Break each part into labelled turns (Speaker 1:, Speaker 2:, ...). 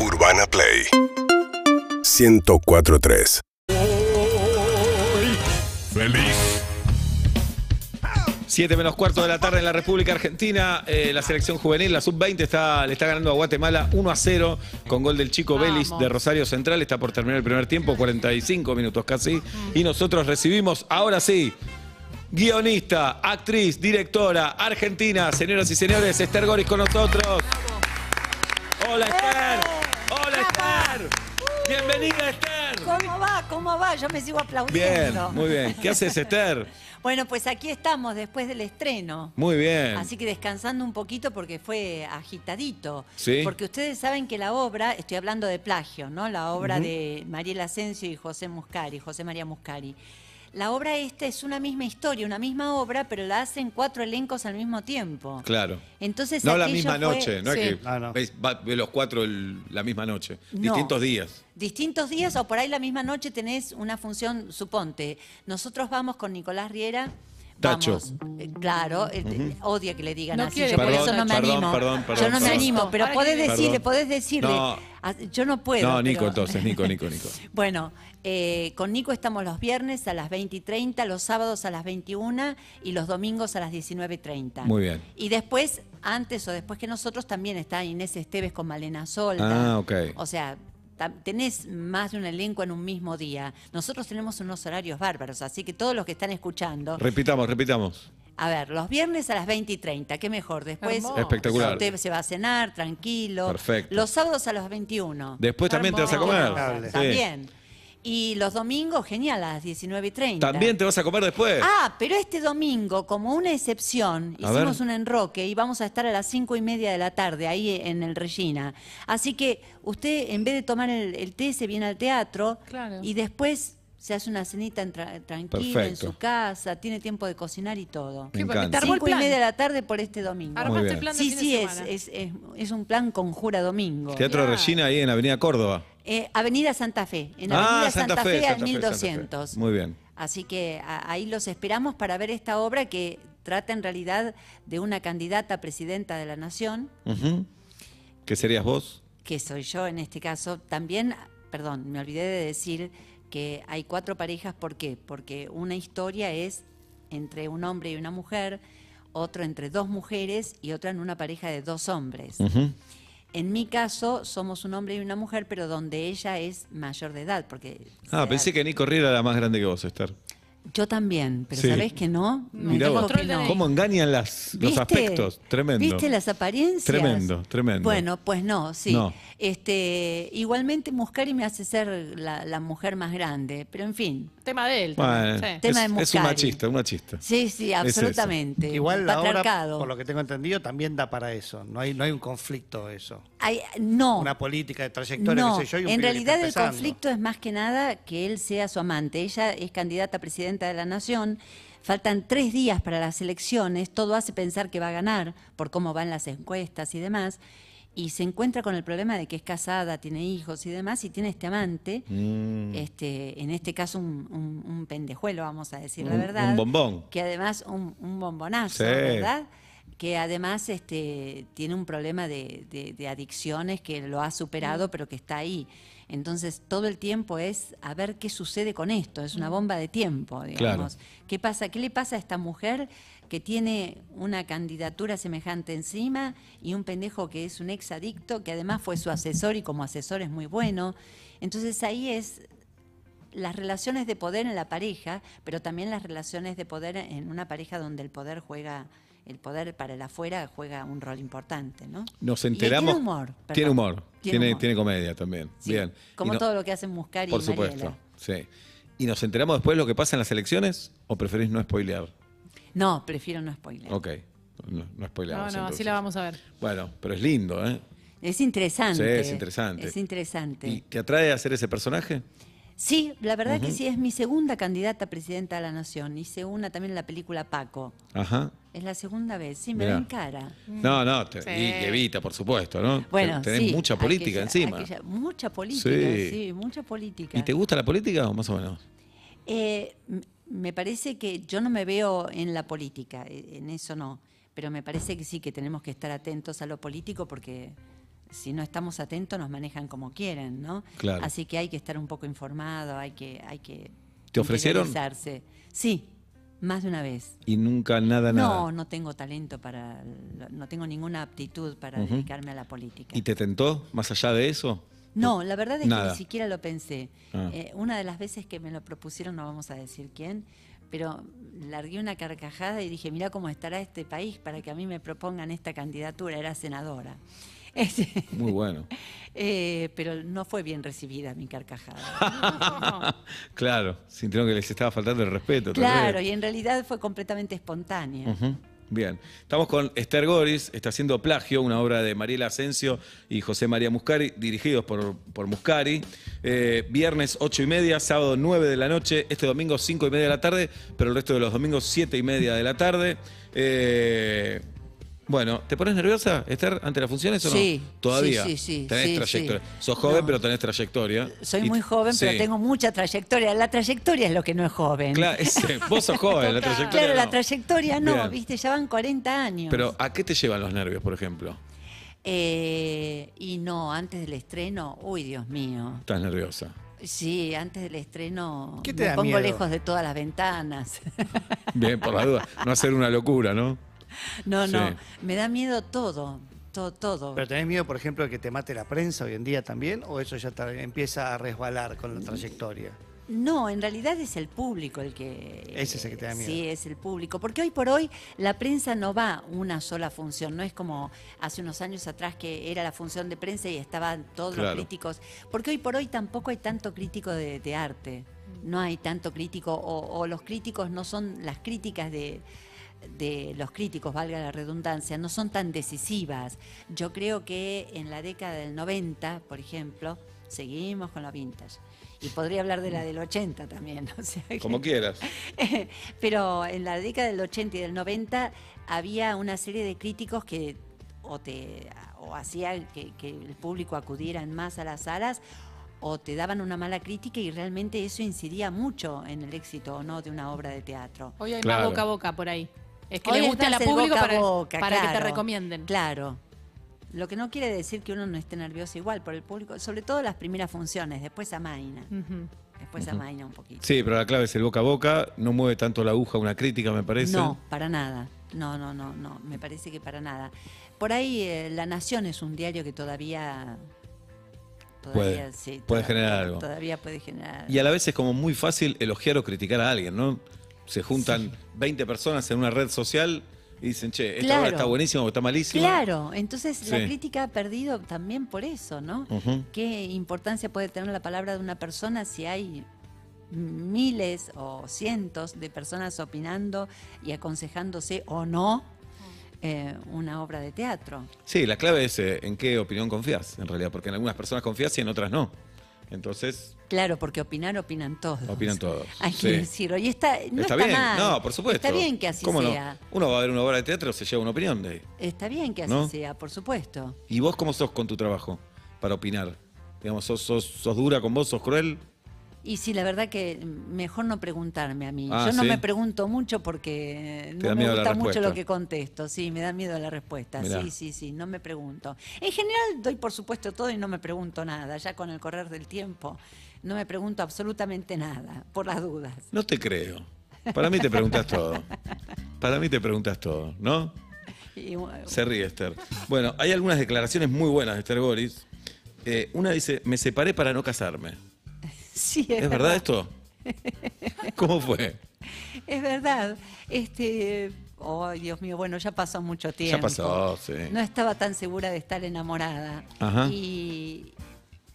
Speaker 1: Urbana Play 1043
Speaker 2: Feliz.
Speaker 3: 7 menos cuarto de la tarde en la República Argentina. Eh, la selección juvenil, la sub-20, está, le está ganando a Guatemala 1 a 0 con gol del chico
Speaker 4: Vamos.
Speaker 3: Vélez de Rosario Central. Está por terminar el primer tiempo, 45 minutos casi. Y nosotros recibimos, ahora sí, guionista, actriz, directora, argentina, señoras y señores, Esther Goris con nosotros. Hola Esther. Hola Esther. Bienvenida Esther.
Speaker 5: ¿Cómo va? ¿Cómo va? Yo me sigo
Speaker 3: Bien,
Speaker 5: aplaudiendo.
Speaker 3: muy bien. ¿Qué haces Esther?
Speaker 5: Bueno, pues aquí estamos después del estreno.
Speaker 3: Muy bien.
Speaker 5: Así que descansando un poquito porque fue agitadito.
Speaker 3: Sí.
Speaker 5: Porque ustedes saben que la obra, estoy hablando de plagio, ¿no? La obra de Mariela Asensio y José Muscari, José María Muscari. La obra esta es una misma historia, una misma obra, pero la hacen cuatro elencos al mismo tiempo.
Speaker 3: Claro.
Speaker 5: Entonces
Speaker 3: No la
Speaker 5: aquello
Speaker 3: misma
Speaker 5: fue-
Speaker 3: noche, no
Speaker 4: sí.
Speaker 3: es que
Speaker 6: Ah, no.
Speaker 3: ves, va- ve los cuatro el- la misma noche,
Speaker 5: No.
Speaker 3: distintos días.
Speaker 5: Distintos días o por ahí la misma noche tenés una función, suponte. Nosotros vamos con Nicolás Riera.
Speaker 3: Tacho.
Speaker 5: vamos, eh, claro, eh, odia que le digan
Speaker 4: No
Speaker 5: así.
Speaker 4: quiere
Speaker 5: Yo por
Speaker 4: perdón,
Speaker 5: eso no me
Speaker 3: perdón,
Speaker 5: animo.
Speaker 3: perdón, perdón,
Speaker 5: yo no me
Speaker 3: perdón.
Speaker 5: animo, pero
Speaker 4: Ahora
Speaker 5: podés
Speaker 4: que-
Speaker 5: decirle,
Speaker 3: Perdón.
Speaker 5: podés decirle.
Speaker 3: No.
Speaker 5: Ah, Yo no puedo.
Speaker 3: no, Nico,
Speaker 5: pero-
Speaker 3: entonces, Nico, Nico, Nico.
Speaker 5: Bueno, eh, con Nico estamos los viernes a las 20 y 30, los sábados a las 21 y los domingos a las 19 y 30.
Speaker 3: Muy bien.
Speaker 5: Y después, antes o después que nosotros, también está Inés Esteves con Malena Solda.
Speaker 3: Ah, ok.
Speaker 5: O sea, ta- tenés más de un elenco en un mismo día. Nosotros tenemos unos horarios bárbaros, así que todos los que están escuchando,
Speaker 3: Repitamos, repitamos.
Speaker 5: a ver, los viernes a las 20 y 30, qué mejor. Después
Speaker 4: Hermoso.
Speaker 3: Espectacular.
Speaker 5: usted se va a cenar, tranquilo.
Speaker 3: Perfecto.
Speaker 5: Los sábados a las 21.
Speaker 3: Después también te vas a comer.
Speaker 6: Impecable.
Speaker 3: Sí.
Speaker 5: También. Y los domingos, genial, a las 19 y 30.
Speaker 3: También te vas a comer después.
Speaker 5: Ah, pero este domingo, como una excepción,
Speaker 3: A
Speaker 5: hicimos
Speaker 3: ver.
Speaker 5: un enroque y vamos a estar a las cinco y media de la tarde ahí en el Regina. Así que usted, en vez de tomar el, el té, se viene al teatro
Speaker 4: Claro.
Speaker 5: y después se hace una cenita en tra- tranquila en
Speaker 3: Perfecto.
Speaker 5: su casa, tiene tiempo de cocinar y todo.
Speaker 3: Me
Speaker 4: Sí, porque te
Speaker 3: encanta.
Speaker 4: armó el
Speaker 5: Cinco y
Speaker 4: plan.
Speaker 5: media de la tarde por este domingo.
Speaker 3: Armó Muy bien.
Speaker 4: Armaste el plan de
Speaker 5: Sí,
Speaker 4: fin
Speaker 5: sí,
Speaker 4: de
Speaker 5: es,
Speaker 4: semana.
Speaker 5: es- es- es un plan conjura domingo.
Speaker 3: Teatro
Speaker 4: Claro.
Speaker 3: Regina ahí en la Avenida Córdoba.
Speaker 5: Eh, Avenida Santa Fe, en
Speaker 3: ah,
Speaker 5: Avenida Santa, Fe, al
Speaker 3: Santa Fe, Santa Fe.
Speaker 5: 1200.
Speaker 3: Muy bien.
Speaker 5: Así que a- ahí los esperamos para ver esta obra que trata en realidad de una candidata a presidenta de la nación,
Speaker 3: Ujú. ¿Qué serías vos?
Speaker 5: que soy yo en este caso. También, perdón, me olvidé de decir que hay cuatro parejas. ¿Por qué? Porque una historia es entre un hombre y una mujer, otro entre dos mujeres y otra en una pareja de dos hombres.
Speaker 3: Ujú.
Speaker 5: En mi caso, somos un hombre y una mujer, pero donde ella es mayor de edad, porque...
Speaker 3: Ah,
Speaker 5: se
Speaker 3: pensé
Speaker 5: da-
Speaker 3: que Nico Riera era más grande que vos, Esther.
Speaker 5: Yo también, pero
Speaker 3: Sí.
Speaker 5: ¿sabés que no? Me
Speaker 3: Mirá
Speaker 5: dijo
Speaker 3: vos.
Speaker 5: que no.
Speaker 3: ¿Cómo engañan las, los
Speaker 5: ¿Viste?
Speaker 3: aspectos? Tremendo.
Speaker 5: ¿Viste las apariencias?
Speaker 3: Tremendo, tremendo.
Speaker 5: Bueno, pues no, sí.
Speaker 3: No.
Speaker 5: Este, igualmente Muscari me hace ser la, la mujer más grande, pero en fin.
Speaker 4: Tema de él.
Speaker 3: Bueno,
Speaker 4: también, sí.
Speaker 5: Tema
Speaker 3: es,
Speaker 5: de
Speaker 3: es un
Speaker 5: Muscari.
Speaker 3: machista, un machista.
Speaker 5: Sí, sí,
Speaker 3: Es eso.
Speaker 5: absolutamente.
Speaker 6: Igual la obra,
Speaker 5: Patriarcado.
Speaker 6: por lo que tengo entendido, también da para eso. No hay, no hay un conflicto eso.
Speaker 5: Ay, no.
Speaker 6: Una política de trayectoria,
Speaker 5: no,
Speaker 6: qué sé yo, y un
Speaker 5: en
Speaker 6: pibe que está
Speaker 5: realidad el
Speaker 6: empezando.
Speaker 5: conflicto es más que nada que él sea su amante. Ella es candidata a presidenta de la Nación. Faltan tres días para las elecciones. Todo hace pensar que va a ganar por cómo van las encuestas y demás. Y se encuentra con el problema de que es casada, tiene hijos y demás, y tiene este amante.
Speaker 6: Mm.
Speaker 5: Este, en este caso, un, un- un pendejuelo, vamos a decir la
Speaker 3: Un-
Speaker 5: verdad.
Speaker 3: un bombón.
Speaker 5: Que además, un, un
Speaker 3: Sí.
Speaker 5: bombonazo, ¿verdad? que además este, tiene un problema de, de- de adicciones que lo ha superado, pero que está ahí. Entonces, todo el tiempo es a ver qué sucede con esto, es una bomba de tiempo, digamos. ¿Qué, pasa, ¿Qué le pasa a esta mujer que tiene una candidatura semejante encima y un pendejo que es un ex adicto, que además fue su asesor y como asesor es muy bueno? Entonces, ahí es las relaciones de poder en la pareja, pero también las relaciones de poder en una pareja donde el poder juega, el poder para el afuera juega un rol importante, ¿no?
Speaker 3: Nos
Speaker 5: Y
Speaker 3: enteramos.
Speaker 5: tiene humor. perdón.
Speaker 3: Tiene humor. Tiene,
Speaker 5: humor.
Speaker 3: tiene comedia también.
Speaker 5: Sí,
Speaker 3: Bien. Y
Speaker 5: Como
Speaker 3: no-
Speaker 5: todo lo que hacen Muscari
Speaker 3: Por
Speaker 5: y
Speaker 3: supuesto,
Speaker 5: Mariela.
Speaker 3: sí. ¿Y nos enteramos después lo que pasa en las elecciones? ¿O preferís no spoilear?
Speaker 5: No, prefiero no spoiler.
Speaker 3: Ok. No, no
Speaker 4: No,
Speaker 3: spoileamos.
Speaker 4: no, así
Speaker 3: entonces.
Speaker 4: la vamos a ver.
Speaker 3: Bueno, pero es lindo, ¿eh?
Speaker 5: Es interesante.
Speaker 3: Sí, es interesante.
Speaker 5: Es interesante.
Speaker 3: ¿Y te atrae a hacer ese personaje?
Speaker 5: Sí, la verdad que sí, es mi segunda candidata a presidenta de la Nación. Hice una también en la película Paco.
Speaker 3: Ajá.
Speaker 5: Es la segunda vez, sí, me
Speaker 3: Mirá.
Speaker 5: ven cara.
Speaker 3: No, no, te,
Speaker 4: Mm. Sí.
Speaker 3: y Evita, por supuesto, ¿no?
Speaker 5: Bueno,
Speaker 3: Tenés
Speaker 5: sí,
Speaker 3: mucha política
Speaker 5: aquella-
Speaker 3: encima.
Speaker 5: aquella- mucha política,
Speaker 3: Sí.
Speaker 5: sí, mucha política.
Speaker 3: ¿Y te gusta la política o más o menos?
Speaker 5: Eh, m- me parece que yo no me veo en la eh, política, e- en eso no, pero me parece que sí, que tenemos que estar atentos a lo político porque si no estamos atentos nos manejan como quieren, ¿no?
Speaker 3: Claro.
Speaker 5: Así que hay que estar un poco informado, hay que, hay que
Speaker 3: ¿Te ofrecieron?
Speaker 5: interiorizarse. Sí, más de una vez.
Speaker 3: Y nunca nada, nada.
Speaker 5: No, no tengo talento para, lo- no tengo ninguna aptitud para dedicarme a la política.
Speaker 3: ¿Y te tentó más allá de eso?
Speaker 5: No, la verdad es que
Speaker 3: Nada.
Speaker 5: ni siquiera lo pensé.
Speaker 3: Ah.
Speaker 5: Eh, una de las veces que me lo propusieron, no vamos a decir quién, pero largué una carcajada y dije, mira cómo estará este país para que a mí me propongan esta candidatura, era senadora. Este,
Speaker 3: Muy bueno.
Speaker 5: eh, pero no fue bien recibida mi carcajada.
Speaker 3: claro, sintieron que les estaba faltando el respeto. tal
Speaker 5: Claro,
Speaker 3: vez.
Speaker 5: y en realidad fue completamente espontánea.
Speaker 3: Ujú, Bien, estamos con Esther Goris, está haciendo Plagio, una obra de Mariela Asensio y José María Muscari, dirigidos por, por Muscari. Eh, viernes 8 y media, sábado 9 de la noche, este domingo 5 y media de la tarde, pero el resto de los domingos 7 y media de la tarde. Eh, bueno, ¿te pones nerviosa, Esther, ante las funciones o no?
Speaker 5: Sí,
Speaker 3: Todavía.
Speaker 5: sí, sí, sí,
Speaker 3: Tenés
Speaker 5: sí,
Speaker 3: trayectoria.
Speaker 5: sí.
Speaker 3: Sos joven,
Speaker 5: No.
Speaker 3: pero tenés trayectoria.
Speaker 5: Soy
Speaker 3: Y-
Speaker 5: muy joven, pero
Speaker 3: sí.
Speaker 5: tengo mucha trayectoria. La trayectoria es lo que no es joven.
Speaker 3: Claro, ese- vos sos joven, la trayectoria.
Speaker 5: Claro, la
Speaker 3: no.
Speaker 5: trayectoria no,
Speaker 3: Bien.
Speaker 5: viste, ya van 40 años.
Speaker 3: Pero, ¿a qué te llevan los nervios, por ejemplo?
Speaker 5: Eh, y no, antes del estreno, uy, Dios mío.
Speaker 3: Estás nerviosa.
Speaker 5: Sí, antes del estreno
Speaker 6: ¿Qué te
Speaker 5: me
Speaker 6: da
Speaker 5: pongo
Speaker 6: miedo?
Speaker 5: lejos de todas las ventanas.
Speaker 3: Bien, por la duda. No hacer una locura, ¿no?
Speaker 5: no, no,
Speaker 3: Sí.
Speaker 5: me da miedo todo, todo, todo.
Speaker 6: ¿Pero tenés miedo, por ejemplo, de que te mate la prensa hoy en día también? ¿O eso ya te empieza a resbalar
Speaker 5: Mm.
Speaker 6: con la trayectoria?
Speaker 5: No, en realidad es el público el que...
Speaker 6: Ese es el que te da miedo.
Speaker 5: Sí, es el público. Porque hoy por hoy la prensa no va una sola función. No es como hace unos años atrás que era la función de prensa y estaban todos
Speaker 3: Claro.
Speaker 5: los críticos. Porque hoy por hoy tampoco hay tanto crítico de, de arte. No hay tanto crítico. O, o los críticos no son las críticas de de los críticos, valga la redundancia, no son tan decisivas. Yo creo que en la década del 90, por ejemplo, seguimos con la vintage. Y podría hablar de la del 80 también. o sea que-
Speaker 3: Como quieras.
Speaker 5: Pero en la década del 80 y del 90 había una serie de críticos que o, te, o hacían que, que el público acudieran más a las salas o te daban una mala crítica y realmente eso incidía mucho en el éxito o no de una obra de teatro.
Speaker 1: Hoy hay
Speaker 3: Claro.
Speaker 1: más boca a boca por ahí. Es que
Speaker 5: Hoy
Speaker 1: le
Speaker 5: es
Speaker 1: gusta a la
Speaker 5: más el
Speaker 1: público
Speaker 5: boca a
Speaker 1: para,
Speaker 5: boca,
Speaker 1: para que te
Speaker 5: claro.
Speaker 1: recomienden.
Speaker 5: Claro. Lo que no quiere decir que uno no esté nervioso igual por el público, sobre todo las primeras funciones, después amaina,
Speaker 1: Ujú.
Speaker 5: después amaina un poquito.
Speaker 3: Sí, pero la clave es el boca a boca. No mueve tanto la aguja una crítica, me parece.
Speaker 5: No, para nada. No, no, no, no. Me parece que para nada. Por ahí eh, La Nación es un diario que todavía.
Speaker 3: Puede. Puede generar algo.
Speaker 5: Todavía puede generar.
Speaker 3: Y a la vez es como muy fácil elogiar o criticar a alguien, ¿no? Se juntan 20 personas en una red social y dicen, che, esta
Speaker 5: Claro.
Speaker 3: obra está buenísima o está malísima.
Speaker 5: Claro, entonces la
Speaker 3: Sí.
Speaker 5: crítica ha perdido también por eso, ¿no?
Speaker 3: Ujú.
Speaker 5: ¿Qué importancia puede tener la palabra de una persona si hay miles o cientos de personas opinando y aconsejándose o no eh, una obra de teatro?
Speaker 3: Sí, la clave es eh, en qué opinión confías, en realidad, porque en algunas personas confías y en otras no. Entonces,
Speaker 5: Claro, porque opinar opinan todos.
Speaker 3: Opinan todos,
Speaker 5: Hay
Speaker 3: sí.
Speaker 5: que decirlo. Y está, no está,
Speaker 3: bien.
Speaker 5: mal.
Speaker 3: No, por supuesto.
Speaker 5: Está bien que así
Speaker 3: ¿Cómo no?
Speaker 5: sea.
Speaker 3: Uno va a ver una obra de teatro, se lleva una opinión de ahí.
Speaker 5: Está bien que así
Speaker 3: ¿No?
Speaker 5: sea, por supuesto.
Speaker 3: ¿Y vos cómo sos con tu trabajo para opinar? Digamos, ¿sos, sos, sos dura con vos? ¿Sos cruel?
Speaker 5: Y sí, la verdad que mejor no preguntarme a mí.
Speaker 3: Ah,
Speaker 5: Yo no
Speaker 3: ¿sí?
Speaker 5: me pregunto mucho porque
Speaker 3: da
Speaker 5: no me
Speaker 3: miedo la
Speaker 5: gusta mucho
Speaker 3: respuesta.
Speaker 5: lo que contesto. Sí, me da miedo la respuesta.
Speaker 3: Mirá.
Speaker 5: Sí, sí, sí, no me pregunto. En general doy por supuesto todo y no me pregunto nada. Ya con el correr del tiempo no me pregunto absolutamente nada, por las dudas.
Speaker 3: No te creo. Para mí te preguntas todo. Para mí te preguntas todo, ¿no?
Speaker 5: Y, bueno,
Speaker 3: Se ríe Esther. Bueno, hay algunas declaraciones muy buenas de Esther Goris. Eh, una dice, me separé para no casarme.
Speaker 5: sí, es,
Speaker 3: ¿Es verdad esto? ¿Cómo fue?
Speaker 5: Es verdad. Este, oh, Dios mío, bueno, ya pasó mucho tiempo.
Speaker 3: Ya pasó, sí.
Speaker 5: No estaba tan segura de estar enamorada.
Speaker 3: Ajá.
Speaker 5: Y,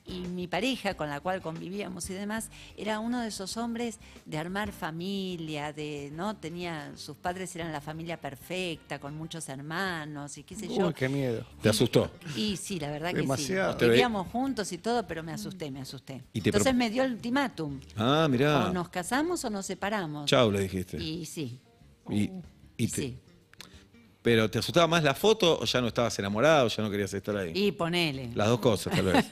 Speaker 5: y mi pareja, con la cual convivíamos y demás, era uno de esos hombres de armar familia, de, ¿no? Tenía, sus padres eran la familia perfecta, con muchos hermanos y qué sé yo.
Speaker 6: Uy, qué miedo.
Speaker 3: ¿Te asustó?
Speaker 5: Y sí, la verdad
Speaker 6: Demasiado.
Speaker 5: que sí. Vivíamos juntos y todo, pero me asusté, me asusté.
Speaker 3: Y te
Speaker 5: Entonces
Speaker 3: pro-
Speaker 5: me dio el ultimátum.
Speaker 3: Ah,
Speaker 5: O
Speaker 3: mirá.
Speaker 5: nos casamos o nos separamos.
Speaker 3: Chau, le dijiste.
Speaker 5: Y sí,
Speaker 3: Y, y te-
Speaker 5: sí.
Speaker 3: pero ¿te asustaba más la foto o ya no estabas enamorada o ya no querías estar ahí?
Speaker 5: Y ponele.
Speaker 3: Las dos cosas, tal vez.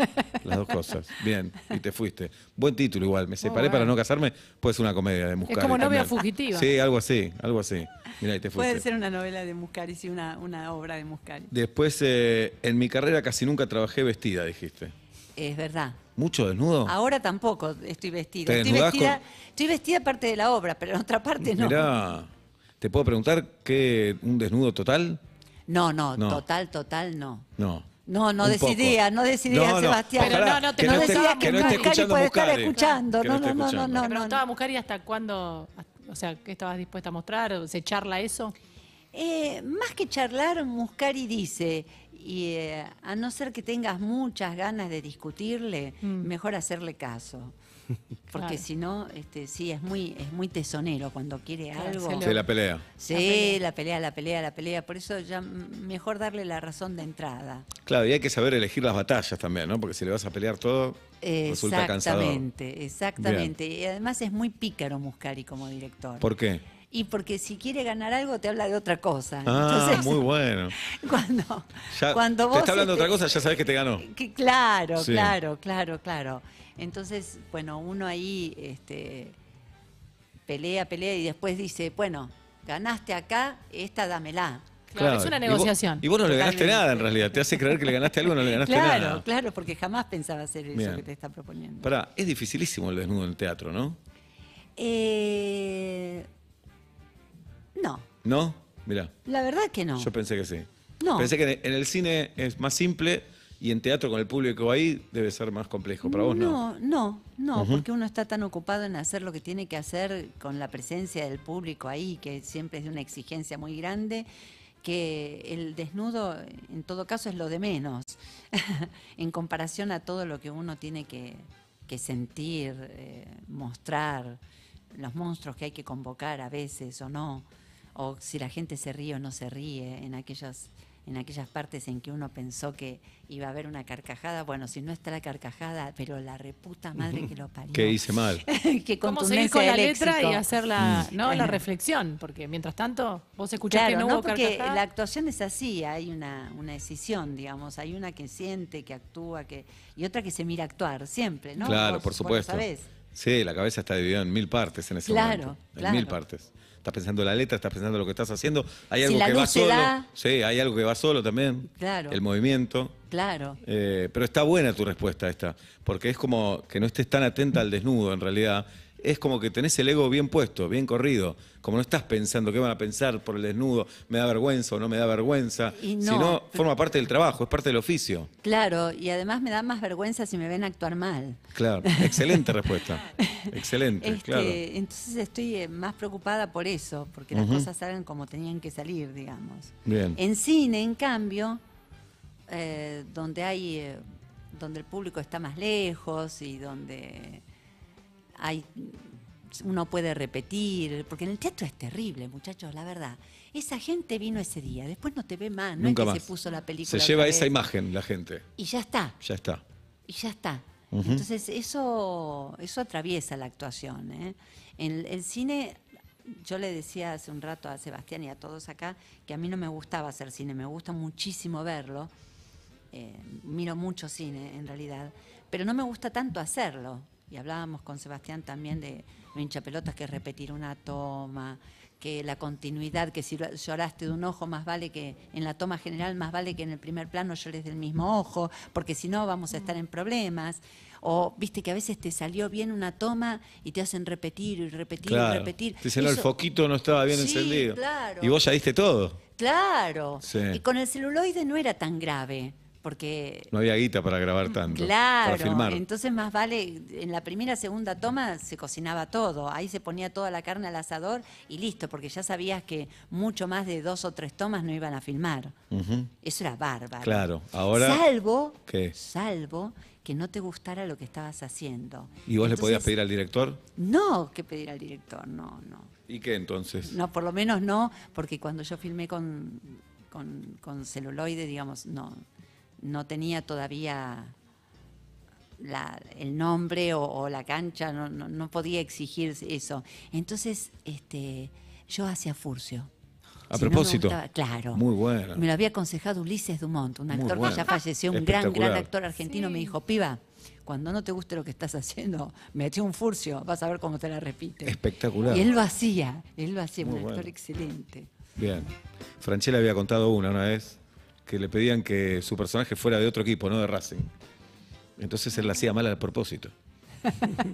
Speaker 3: Las dos cosas. Bien, y te fuiste. Buen título igual. Me separé
Speaker 1: bueno.
Speaker 3: para no casarme. Puede ser una comedia de Muscari.
Speaker 1: como novia
Speaker 3: también.
Speaker 1: fugitiva.
Speaker 3: Sí, algo así, algo así. Mira, y te fuiste.
Speaker 5: Puede ser una novela de Muscari, sí, una, una obra de Muscari.
Speaker 3: Después, eh, en mi carrera casi nunca trabajé vestida, dijiste.
Speaker 5: Es verdad.
Speaker 3: ¿Mucho desnudo?
Speaker 5: Ahora tampoco estoy vestida.
Speaker 3: ¿Te
Speaker 5: Estoy
Speaker 3: desnudás
Speaker 5: vestida,
Speaker 3: con-
Speaker 5: estoy vestida parte de la obra, pero en otra parte no.
Speaker 3: Mirá, ¿te puedo preguntar qué? ¿Un desnudo total?
Speaker 5: No, no,
Speaker 3: No.
Speaker 5: total, total, no.
Speaker 3: No.
Speaker 5: No, no
Speaker 3: Un
Speaker 5: decidía,
Speaker 3: poco.
Speaker 5: no decidía, Sebastián.
Speaker 1: Pero
Speaker 3: Ojalá
Speaker 1: no, no te
Speaker 3: que
Speaker 5: no
Speaker 3: esté-
Speaker 5: decidía
Speaker 3: que no esté
Speaker 5: Muscari,
Speaker 3: escuchando
Speaker 5: puede estar
Speaker 3: Muscari.
Speaker 5: escuchando.
Speaker 3: Que no
Speaker 5: No,
Speaker 3: esté
Speaker 5: no, no,
Speaker 3: escuchando.
Speaker 5: no,
Speaker 1: Te
Speaker 5: no.
Speaker 1: preguntaba, Muscari, hasta cuándo, o sea, qué estabas dispuesta a mostrar, o se charla eso.
Speaker 5: Eh, más que charlar, Muscari dice, y, eh, a no ser que tengas muchas ganas de discutirle, mejor hacerle caso. Porque
Speaker 1: Mm. Claro.
Speaker 5: si no, este, sí, es muy, es muy tesonero cuando quiere
Speaker 1: Claro,
Speaker 5: algo.
Speaker 1: se
Speaker 3: Se la pelea.
Speaker 5: Sí, la pelea, la pelea, la pelea. Por eso ya mm, mejor darle la razón de entrada.
Speaker 3: Claro, y hay que saber elegir las batallas también, ¿no? Porque si le vas a pelear todo, resulta cansador.
Speaker 5: Exactamente, exactamente. Y además es muy pícaro Muscari como director.
Speaker 3: ¿Por qué?
Speaker 5: Y porque si quiere ganar algo te habla de otra cosa.
Speaker 3: Ah,
Speaker 5: Entonces,
Speaker 3: muy bueno.
Speaker 5: cuando,
Speaker 3: Ya,
Speaker 5: cuando vos
Speaker 3: te está hablando
Speaker 5: este,
Speaker 3: otra cosa, ya sabes que te ganó.
Speaker 5: que- claro,
Speaker 3: Sí.
Speaker 5: claro, claro, claro. Entonces, bueno, uno ahí este, pelea, pelea y después dice, bueno, ganaste acá, esta dámela.
Speaker 1: Claro,
Speaker 3: Claro.
Speaker 1: es una
Speaker 3: Y vos-
Speaker 1: negociación.
Speaker 3: Y vos, no le ganaste
Speaker 5: Totalmente.
Speaker 3: nada en realidad. Te hace creer que le ganaste algo no le ganaste
Speaker 5: Claro,
Speaker 3: nada.
Speaker 5: claro, porque jamás pensaba hacer eso
Speaker 3: Bien.
Speaker 5: que te está proponiendo.
Speaker 3: Pará, es dificilísimo el desnudo en el teatro, ¿no?
Speaker 5: Eh, no,
Speaker 3: ¿No? Mirá,
Speaker 5: la verdad que no.
Speaker 3: yo pensé que sí.
Speaker 5: No.
Speaker 3: Pensé que en el- en el cine es más simple y en teatro con el público ahí debe ser más complejo. Para vos no.
Speaker 5: No, no, no, porque uno está tan ocupado en hacer lo que tiene que hacer con la presencia del público ahí, que siempre es de una exigencia muy grande, que el desnudo en todo caso es lo de menos, en comparación a todo lo que uno tiene que, que sentir, eh, mostrar, los monstruos que hay que convocar a veces o no, o si la gente se ríe o no se ríe en aquellas en aquellas partes en que uno pensó que iba a haber una carcajada, bueno, si no está la carcajada, pero la reputa madre que lo parió.
Speaker 3: Que hice mal.
Speaker 5: Qué
Speaker 1: ¿Cómo seguir con
Speaker 5: contundencia
Speaker 1: la
Speaker 5: de
Speaker 1: letra y
Speaker 5: léxico.
Speaker 1: hacer la,
Speaker 3: Mm.
Speaker 1: ¿no? la
Speaker 5: Bueno.
Speaker 1: reflexión? Porque mientras tanto, vos escuchás
Speaker 5: Claro,
Speaker 1: que no,
Speaker 5: no,
Speaker 1: hubo
Speaker 5: porque
Speaker 1: carcajada.
Speaker 5: la actuación es así, hay una, una decisión, digamos, hay una que siente, que actúa, que y otra que se mira actuar siempre, ¿no?
Speaker 3: claro,
Speaker 5: Vos-
Speaker 3: por
Speaker 5: vos lo
Speaker 3: supuesto.
Speaker 5: sabés.
Speaker 3: Sí, la cabeza está dividida en mil partes en ese
Speaker 5: Claro,
Speaker 3: momento. En
Speaker 5: claro.
Speaker 3: mil partes. Estás pensando la letra, estás pensando lo que estás haciendo. Hay
Speaker 5: Si
Speaker 3: algo
Speaker 5: la
Speaker 3: que va
Speaker 5: luz se
Speaker 3: solo.
Speaker 5: da.
Speaker 3: Sí, hay algo que va solo también.
Speaker 5: Claro.
Speaker 3: El movimiento.
Speaker 5: Claro.
Speaker 3: Eh, pero está buena tu respuesta esta, porque es como que no estés tan atenta al desnudo en realidad. Es como que tenés el ego bien puesto, bien corrido. Como no estás pensando qué van a pensar por el desnudo, me da vergüenza o no me da vergüenza.
Speaker 5: Y no.
Speaker 3: sino forma parte del trabajo, es parte del oficio.
Speaker 5: Claro, y además me da más vergüenza si me ven actuar mal.
Speaker 3: Claro, excelente respuesta. Excelente,
Speaker 5: Este,
Speaker 3: claro.
Speaker 5: Entonces estoy eh, más preocupada por eso, porque las
Speaker 3: Ujú.
Speaker 5: cosas salgan como tenían que salir, digamos.
Speaker 3: Bien.
Speaker 5: En cine, en cambio, eh, donde hay, eh, donde el público está más lejos y donde hay, uno puede repetir, porque en el teatro es terrible, muchachos, la verdad. Esa gente vino ese día, después no te ve más, no
Speaker 3: Nunca
Speaker 5: es que
Speaker 3: más.
Speaker 5: se puso la película.
Speaker 3: Se
Speaker 5: otra
Speaker 3: lleva
Speaker 5: vez.
Speaker 3: esa imagen la gente.
Speaker 5: Y ya está
Speaker 3: Ya está.
Speaker 5: y ya está. Entonces eso, eso atraviesa la actuación. ¿eh? En el cine, yo le decía hace un rato a Sebastián y a todos acá que a mí no me gustaba hacer cine, me gusta muchísimo verlo. Eh, miro mucho cine en realidad, pero no me gusta tanto hacerlo. Y hablábamos con Sebastián también de lo hinchapelotas que es repetir una toma, que la continuidad, que si lo- lloraste de un ojo, más vale que en la toma general, más vale que en el primer plano llores del mismo ojo, porque si no vamos a estar en problemas. O viste que a veces te salió bien una toma y te hacen repetir y repetir y
Speaker 3: Claro.
Speaker 5: repetir.
Speaker 3: Dicen, no, el
Speaker 5: Eso-
Speaker 3: foquito no estaba bien
Speaker 5: Sí,
Speaker 3: encendido.
Speaker 5: claro.
Speaker 3: Y vos ya diste todo.
Speaker 5: Claro.
Speaker 3: Sí.
Speaker 5: Y con el celuloide no era tan grave, porque
Speaker 3: No había guita para grabar tanto.
Speaker 5: Mm, Claro,
Speaker 3: Para filmar.
Speaker 5: entonces más vale, en la primera, segunda toma se cocinaba todo, ahí se ponía toda la carne al asador y listo, porque ya sabías que mucho más de dos o tres tomas no iban a filmar.
Speaker 3: Ujú.
Speaker 5: Eso era bárbaro.
Speaker 3: Claro, ahora-
Speaker 5: Salvo,
Speaker 3: ¿Qué?
Speaker 5: salvo que no te gustara lo que estabas haciendo.
Speaker 3: ¿Y vos le
Speaker 5: Entonces,
Speaker 3: podías pedir al director?
Speaker 5: No, que pedir al director, no, no.
Speaker 3: ¿Y qué entonces?
Speaker 5: No, por lo menos no, porque cuando yo filmé con, con, con celuloide, digamos, no, no tenía todavía la- el nombre o, o la cancha, no, no, no podía exigir eso. Entonces, este, yo hacía Furcio.
Speaker 3: A
Speaker 5: Si no me
Speaker 3: propósito.
Speaker 5: gustaba- claro.
Speaker 3: Muy bueno.
Speaker 5: Me lo había aconsejado Ulises Dumont, un
Speaker 3: Muy
Speaker 5: actor
Speaker 3: bueno.
Speaker 5: que ya falleció, un gran, gran
Speaker 3: Espectacular.
Speaker 5: actor argentino. Me dijo, piba, cuando no te guste lo que estás haciendo, me eché un furcio, vas a ver cómo te la repite.
Speaker 3: Espectacular.
Speaker 5: Y él lo hacía, él lo hacía,
Speaker 3: Muy
Speaker 5: un actor
Speaker 3: bueno.
Speaker 5: excelente.
Speaker 3: Bien. Franchella había contado una una vez que le pedían que su personaje fuera de otro equipo, no de Racing. Entonces él la hacía mal al propósito.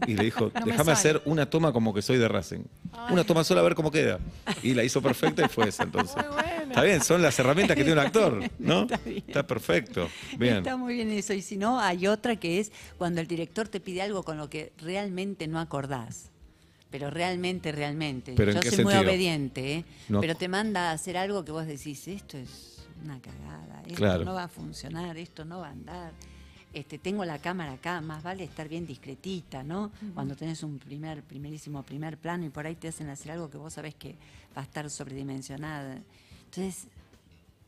Speaker 3: Y le dijo,
Speaker 1: No me
Speaker 3: déjame
Speaker 1: sale".
Speaker 3: hacer una toma como que soy de Racing. Una toma sola a ver cómo queda. Y la hizo perfecta y fue esa entonces.
Speaker 1: Muy bueno.
Speaker 3: Está bien, son las herramientas que tiene un actor, ¿no? Está,
Speaker 5: bien.
Speaker 3: perfecto. Bien.
Speaker 5: Está muy bien eso. Y si no, hay otra que es cuando el director te pide algo con lo que realmente no acordás. Pero realmente, realmente.
Speaker 3: ¿Pero en
Speaker 5: Yo
Speaker 3: qué
Speaker 5: soy muy
Speaker 3: sentido?
Speaker 5: obediente, ¿eh?
Speaker 3: No
Speaker 5: pero
Speaker 3: ac-
Speaker 5: te manda a hacer algo que vos decís, esto es una cagada, esto
Speaker 3: Claro.
Speaker 5: no va a funcionar, esto no va a andar. Este, tengo la cámara acá, más vale estar bien discretita, ¿no? Cuando tenés un primer, primerísimo primer plano y por ahí te hacen hacer algo que vos sabés que va a estar sobredimensionada. Entonces,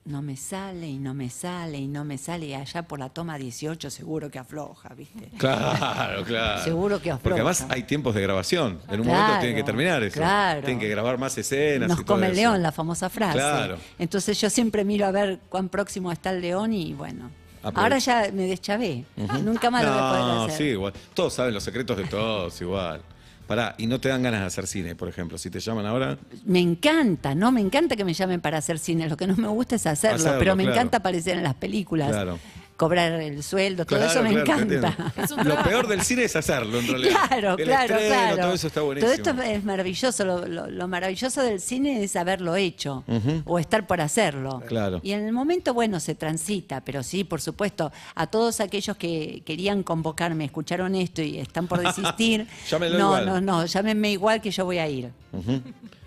Speaker 5: no me sale y no me sale y no me sale y allá por la toma 18 seguro que afloja, ¿viste?
Speaker 3: Claro, claro.
Speaker 5: Seguro que afloja.
Speaker 3: Porque además hay tiempos de grabación. En un
Speaker 5: Claro,
Speaker 3: momento tienen que terminar eso.
Speaker 5: claro.
Speaker 3: Tienen que grabar más escenas.
Speaker 5: Nos
Speaker 3: y todo
Speaker 5: come el
Speaker 3: eso.
Speaker 5: león, la famosa frase.
Speaker 3: Claro.
Speaker 5: Entonces yo siempre miro a ver cuán próximo está el león y bueno.
Speaker 3: Ah, pero-
Speaker 5: Ahora ya me deschavé. Nunca más lo voy a
Speaker 3: No,
Speaker 5: poder hacer.
Speaker 3: sí, igual. Todos saben los secretos de todos, igual. Pará, y no te dan ganas de hacer cine, por ejemplo. Si te llaman ahora,
Speaker 5: Me encanta, ¿no? Me encanta que me llamen para hacer cine. Lo que no me gusta es hacerlo,
Speaker 3: Hacerlo,
Speaker 5: pero me
Speaker 3: claro.
Speaker 5: encanta aparecer en las películas.
Speaker 3: Claro.
Speaker 5: Cobrar el sueldo, todo
Speaker 3: Claro,
Speaker 5: eso me
Speaker 3: claro, te
Speaker 5: encanta.
Speaker 3: entiendo.
Speaker 1: Es un
Speaker 3: Lo
Speaker 1: trabajo.
Speaker 3: peor del cine es hacerlo, en realidad.
Speaker 5: Claro,
Speaker 3: El
Speaker 5: claro,
Speaker 3: estreno,
Speaker 5: claro.
Speaker 3: Todo eso está buenísimo.
Speaker 5: Todo esto es maravilloso. Lo, lo- lo maravilloso del cine es haberlo hecho o estar por hacerlo.
Speaker 3: Claro.
Speaker 5: Y en el momento, bueno, se transita, pero sí, por supuesto, a todos aquellos que querían convocarme, escucharon esto y están por desistir.
Speaker 3: Llámenlo
Speaker 5: no,
Speaker 3: igual.
Speaker 5: no, no, llámenme igual que yo voy a ir.
Speaker 3: Ujú.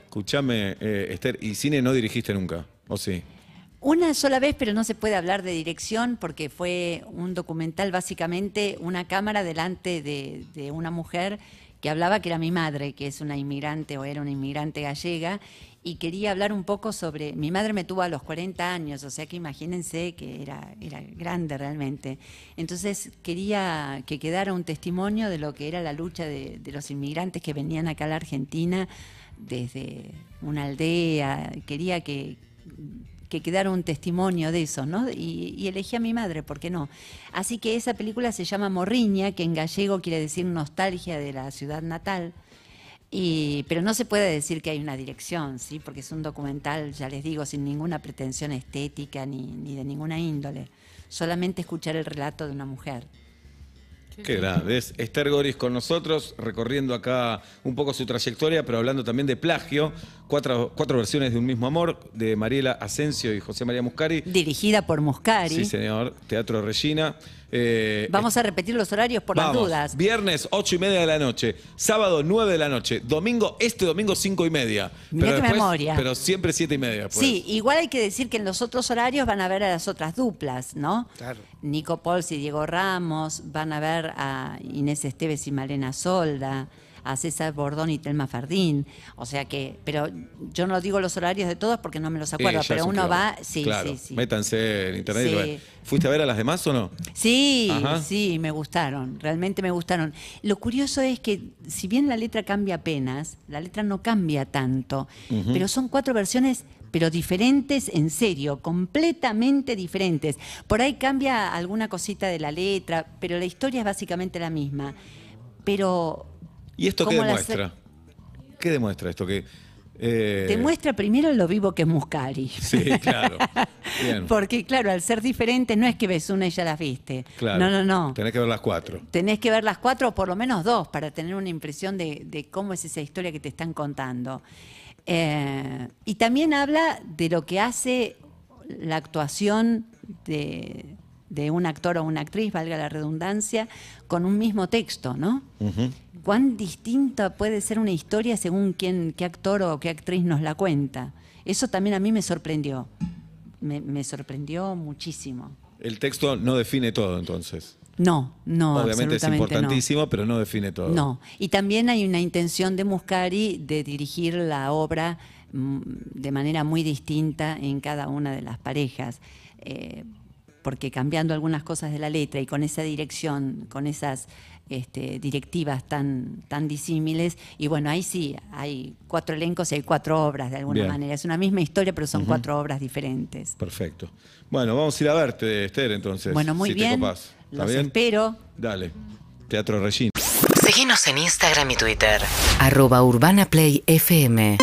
Speaker 3: Escuchame, eh, Esther, ¿y cine no dirigiste nunca? ¿O sí?
Speaker 5: Una sola vez, pero no se puede hablar de dirección porque fue un documental, básicamente una cámara delante de, de una mujer que hablaba que era mi madre, que es una inmigrante o era una inmigrante gallega, y quería hablar un poco sobre... Mi madre me tuvo a los 40 años, o sea que imagínense que era, era grande realmente. Entonces quería que quedara un testimonio de lo que era la lucha de, de los inmigrantes que venían acá a la Argentina desde una aldea. Quería que que quedara un testimonio de eso, ¿no? Y, y elegí a mi madre, ¿por qué no? Así que esa película se llama Morriña, que en gallego quiere decir nostalgia de la ciudad natal. Y, pero no se puede decir que hay una dirección, ¿sí? Porque es un documental, ya les digo, sin ninguna pretensión estética ni, ni de ninguna índole. Solamente escuchar el relato de una mujer.
Speaker 3: Qué grande. Es Esther Goris con nosotros, recorriendo acá un poco su trayectoria, pero hablando también de plagio. Cuatro, cuatro versiones de Un mismo amor, de Mariela Asensio y José María Muscari.
Speaker 5: Dirigida por Muscari.
Speaker 3: Sí, señor. Teatro Regina. Eh,
Speaker 5: Vamos a repetir los horarios por
Speaker 3: Vamos,
Speaker 5: las dudas.
Speaker 3: Viernes 8 y media de la noche, sábado 9 de la noche, domingo, este domingo 5 y media.
Speaker 5: Mirá qué memoria.
Speaker 3: Pero siempre 7 y media. pues.
Speaker 5: Sí, igual hay que decir que en los otros horarios van a ver a las otras duplas, ¿no?
Speaker 6: Claro.
Speaker 5: Nico Pols y Diego Ramos, van a ver a Inés Esteves y Malena Solda, a César Bordón y Telma Fardín. O sea que, pero yo no digo los horarios de todos porque no me los
Speaker 3: Sí,
Speaker 5: acuerdo,
Speaker 3: ya es
Speaker 5: pero
Speaker 3: un
Speaker 5: uno va,
Speaker 3: quilombo.
Speaker 5: sí,
Speaker 3: Claro,
Speaker 5: sí, sí.
Speaker 3: Métanse en internet. y
Speaker 5: Sí.
Speaker 3: lo ven. ¿Fuiste a ver a las demás o no?
Speaker 5: Sí,
Speaker 3: Ajá.
Speaker 5: sí, me gustaron, realmente me gustaron. Lo curioso es que, si bien la letra cambia apenas, la letra no cambia tanto, pero son cuatro versiones, pero diferentes en serio, completamente diferentes. Por ahí cambia alguna cosita de la letra, pero la historia es básicamente la misma. Pero
Speaker 3: ¿Y esto qué
Speaker 5: ¿Cómo la
Speaker 3: demuestra? ¿Qué demuestra esto? Que, eh,
Speaker 5: te muestra primero lo vivo que es Muscari.
Speaker 3: Sí, claro. Bien.
Speaker 5: Porque, claro, al ser diferentes no es que ves una y ya las viste.
Speaker 3: Claro.
Speaker 5: No, no, no.
Speaker 3: Tenés que ver las cuatro.
Speaker 5: Tenés que ver las cuatro o por lo menos dos para tener una impresión de, de cómo es esa historia que te están contando. Eh, y también habla de lo que hace la actuación de, de un actor o una actriz, valga la redundancia, con un mismo texto, ¿no? ¿Cuán distinta puede ser una historia según quién, qué actor o qué actriz nos la cuenta? Eso también a mí me sorprendió. Me, me sorprendió muchísimo.
Speaker 3: El texto no define todo, entonces.
Speaker 5: No, no,
Speaker 3: Obviamente es
Speaker 5: absolutamente no.
Speaker 3: importantísimo, pero no define todo.
Speaker 5: No, y también hay una intención de Muscari de dirigir la obra mm, de manera muy distinta en cada una de las parejas. Eh, porque cambiando algunas cosas de la letra y con esa dirección, con esas este, directivas tan, tan disímiles, y bueno, ahí sí, hay cuatro elencos y hay cuatro obras de alguna
Speaker 3: Bien.
Speaker 5: manera. Es una misma historia, pero son cuatro obras diferentes.
Speaker 3: Perfecto. Bueno, vamos a ir a verte, Esther, entonces.
Speaker 5: Bueno, muy
Speaker 3: si Te
Speaker 5: bien.
Speaker 3: copás. ¿Está
Speaker 5: Los
Speaker 3: bien?
Speaker 5: espero.
Speaker 3: Dale. Teatro Regina.
Speaker 2: Seguinos en Instagram y Twitter.
Speaker 4: arroba urbanaplayfm.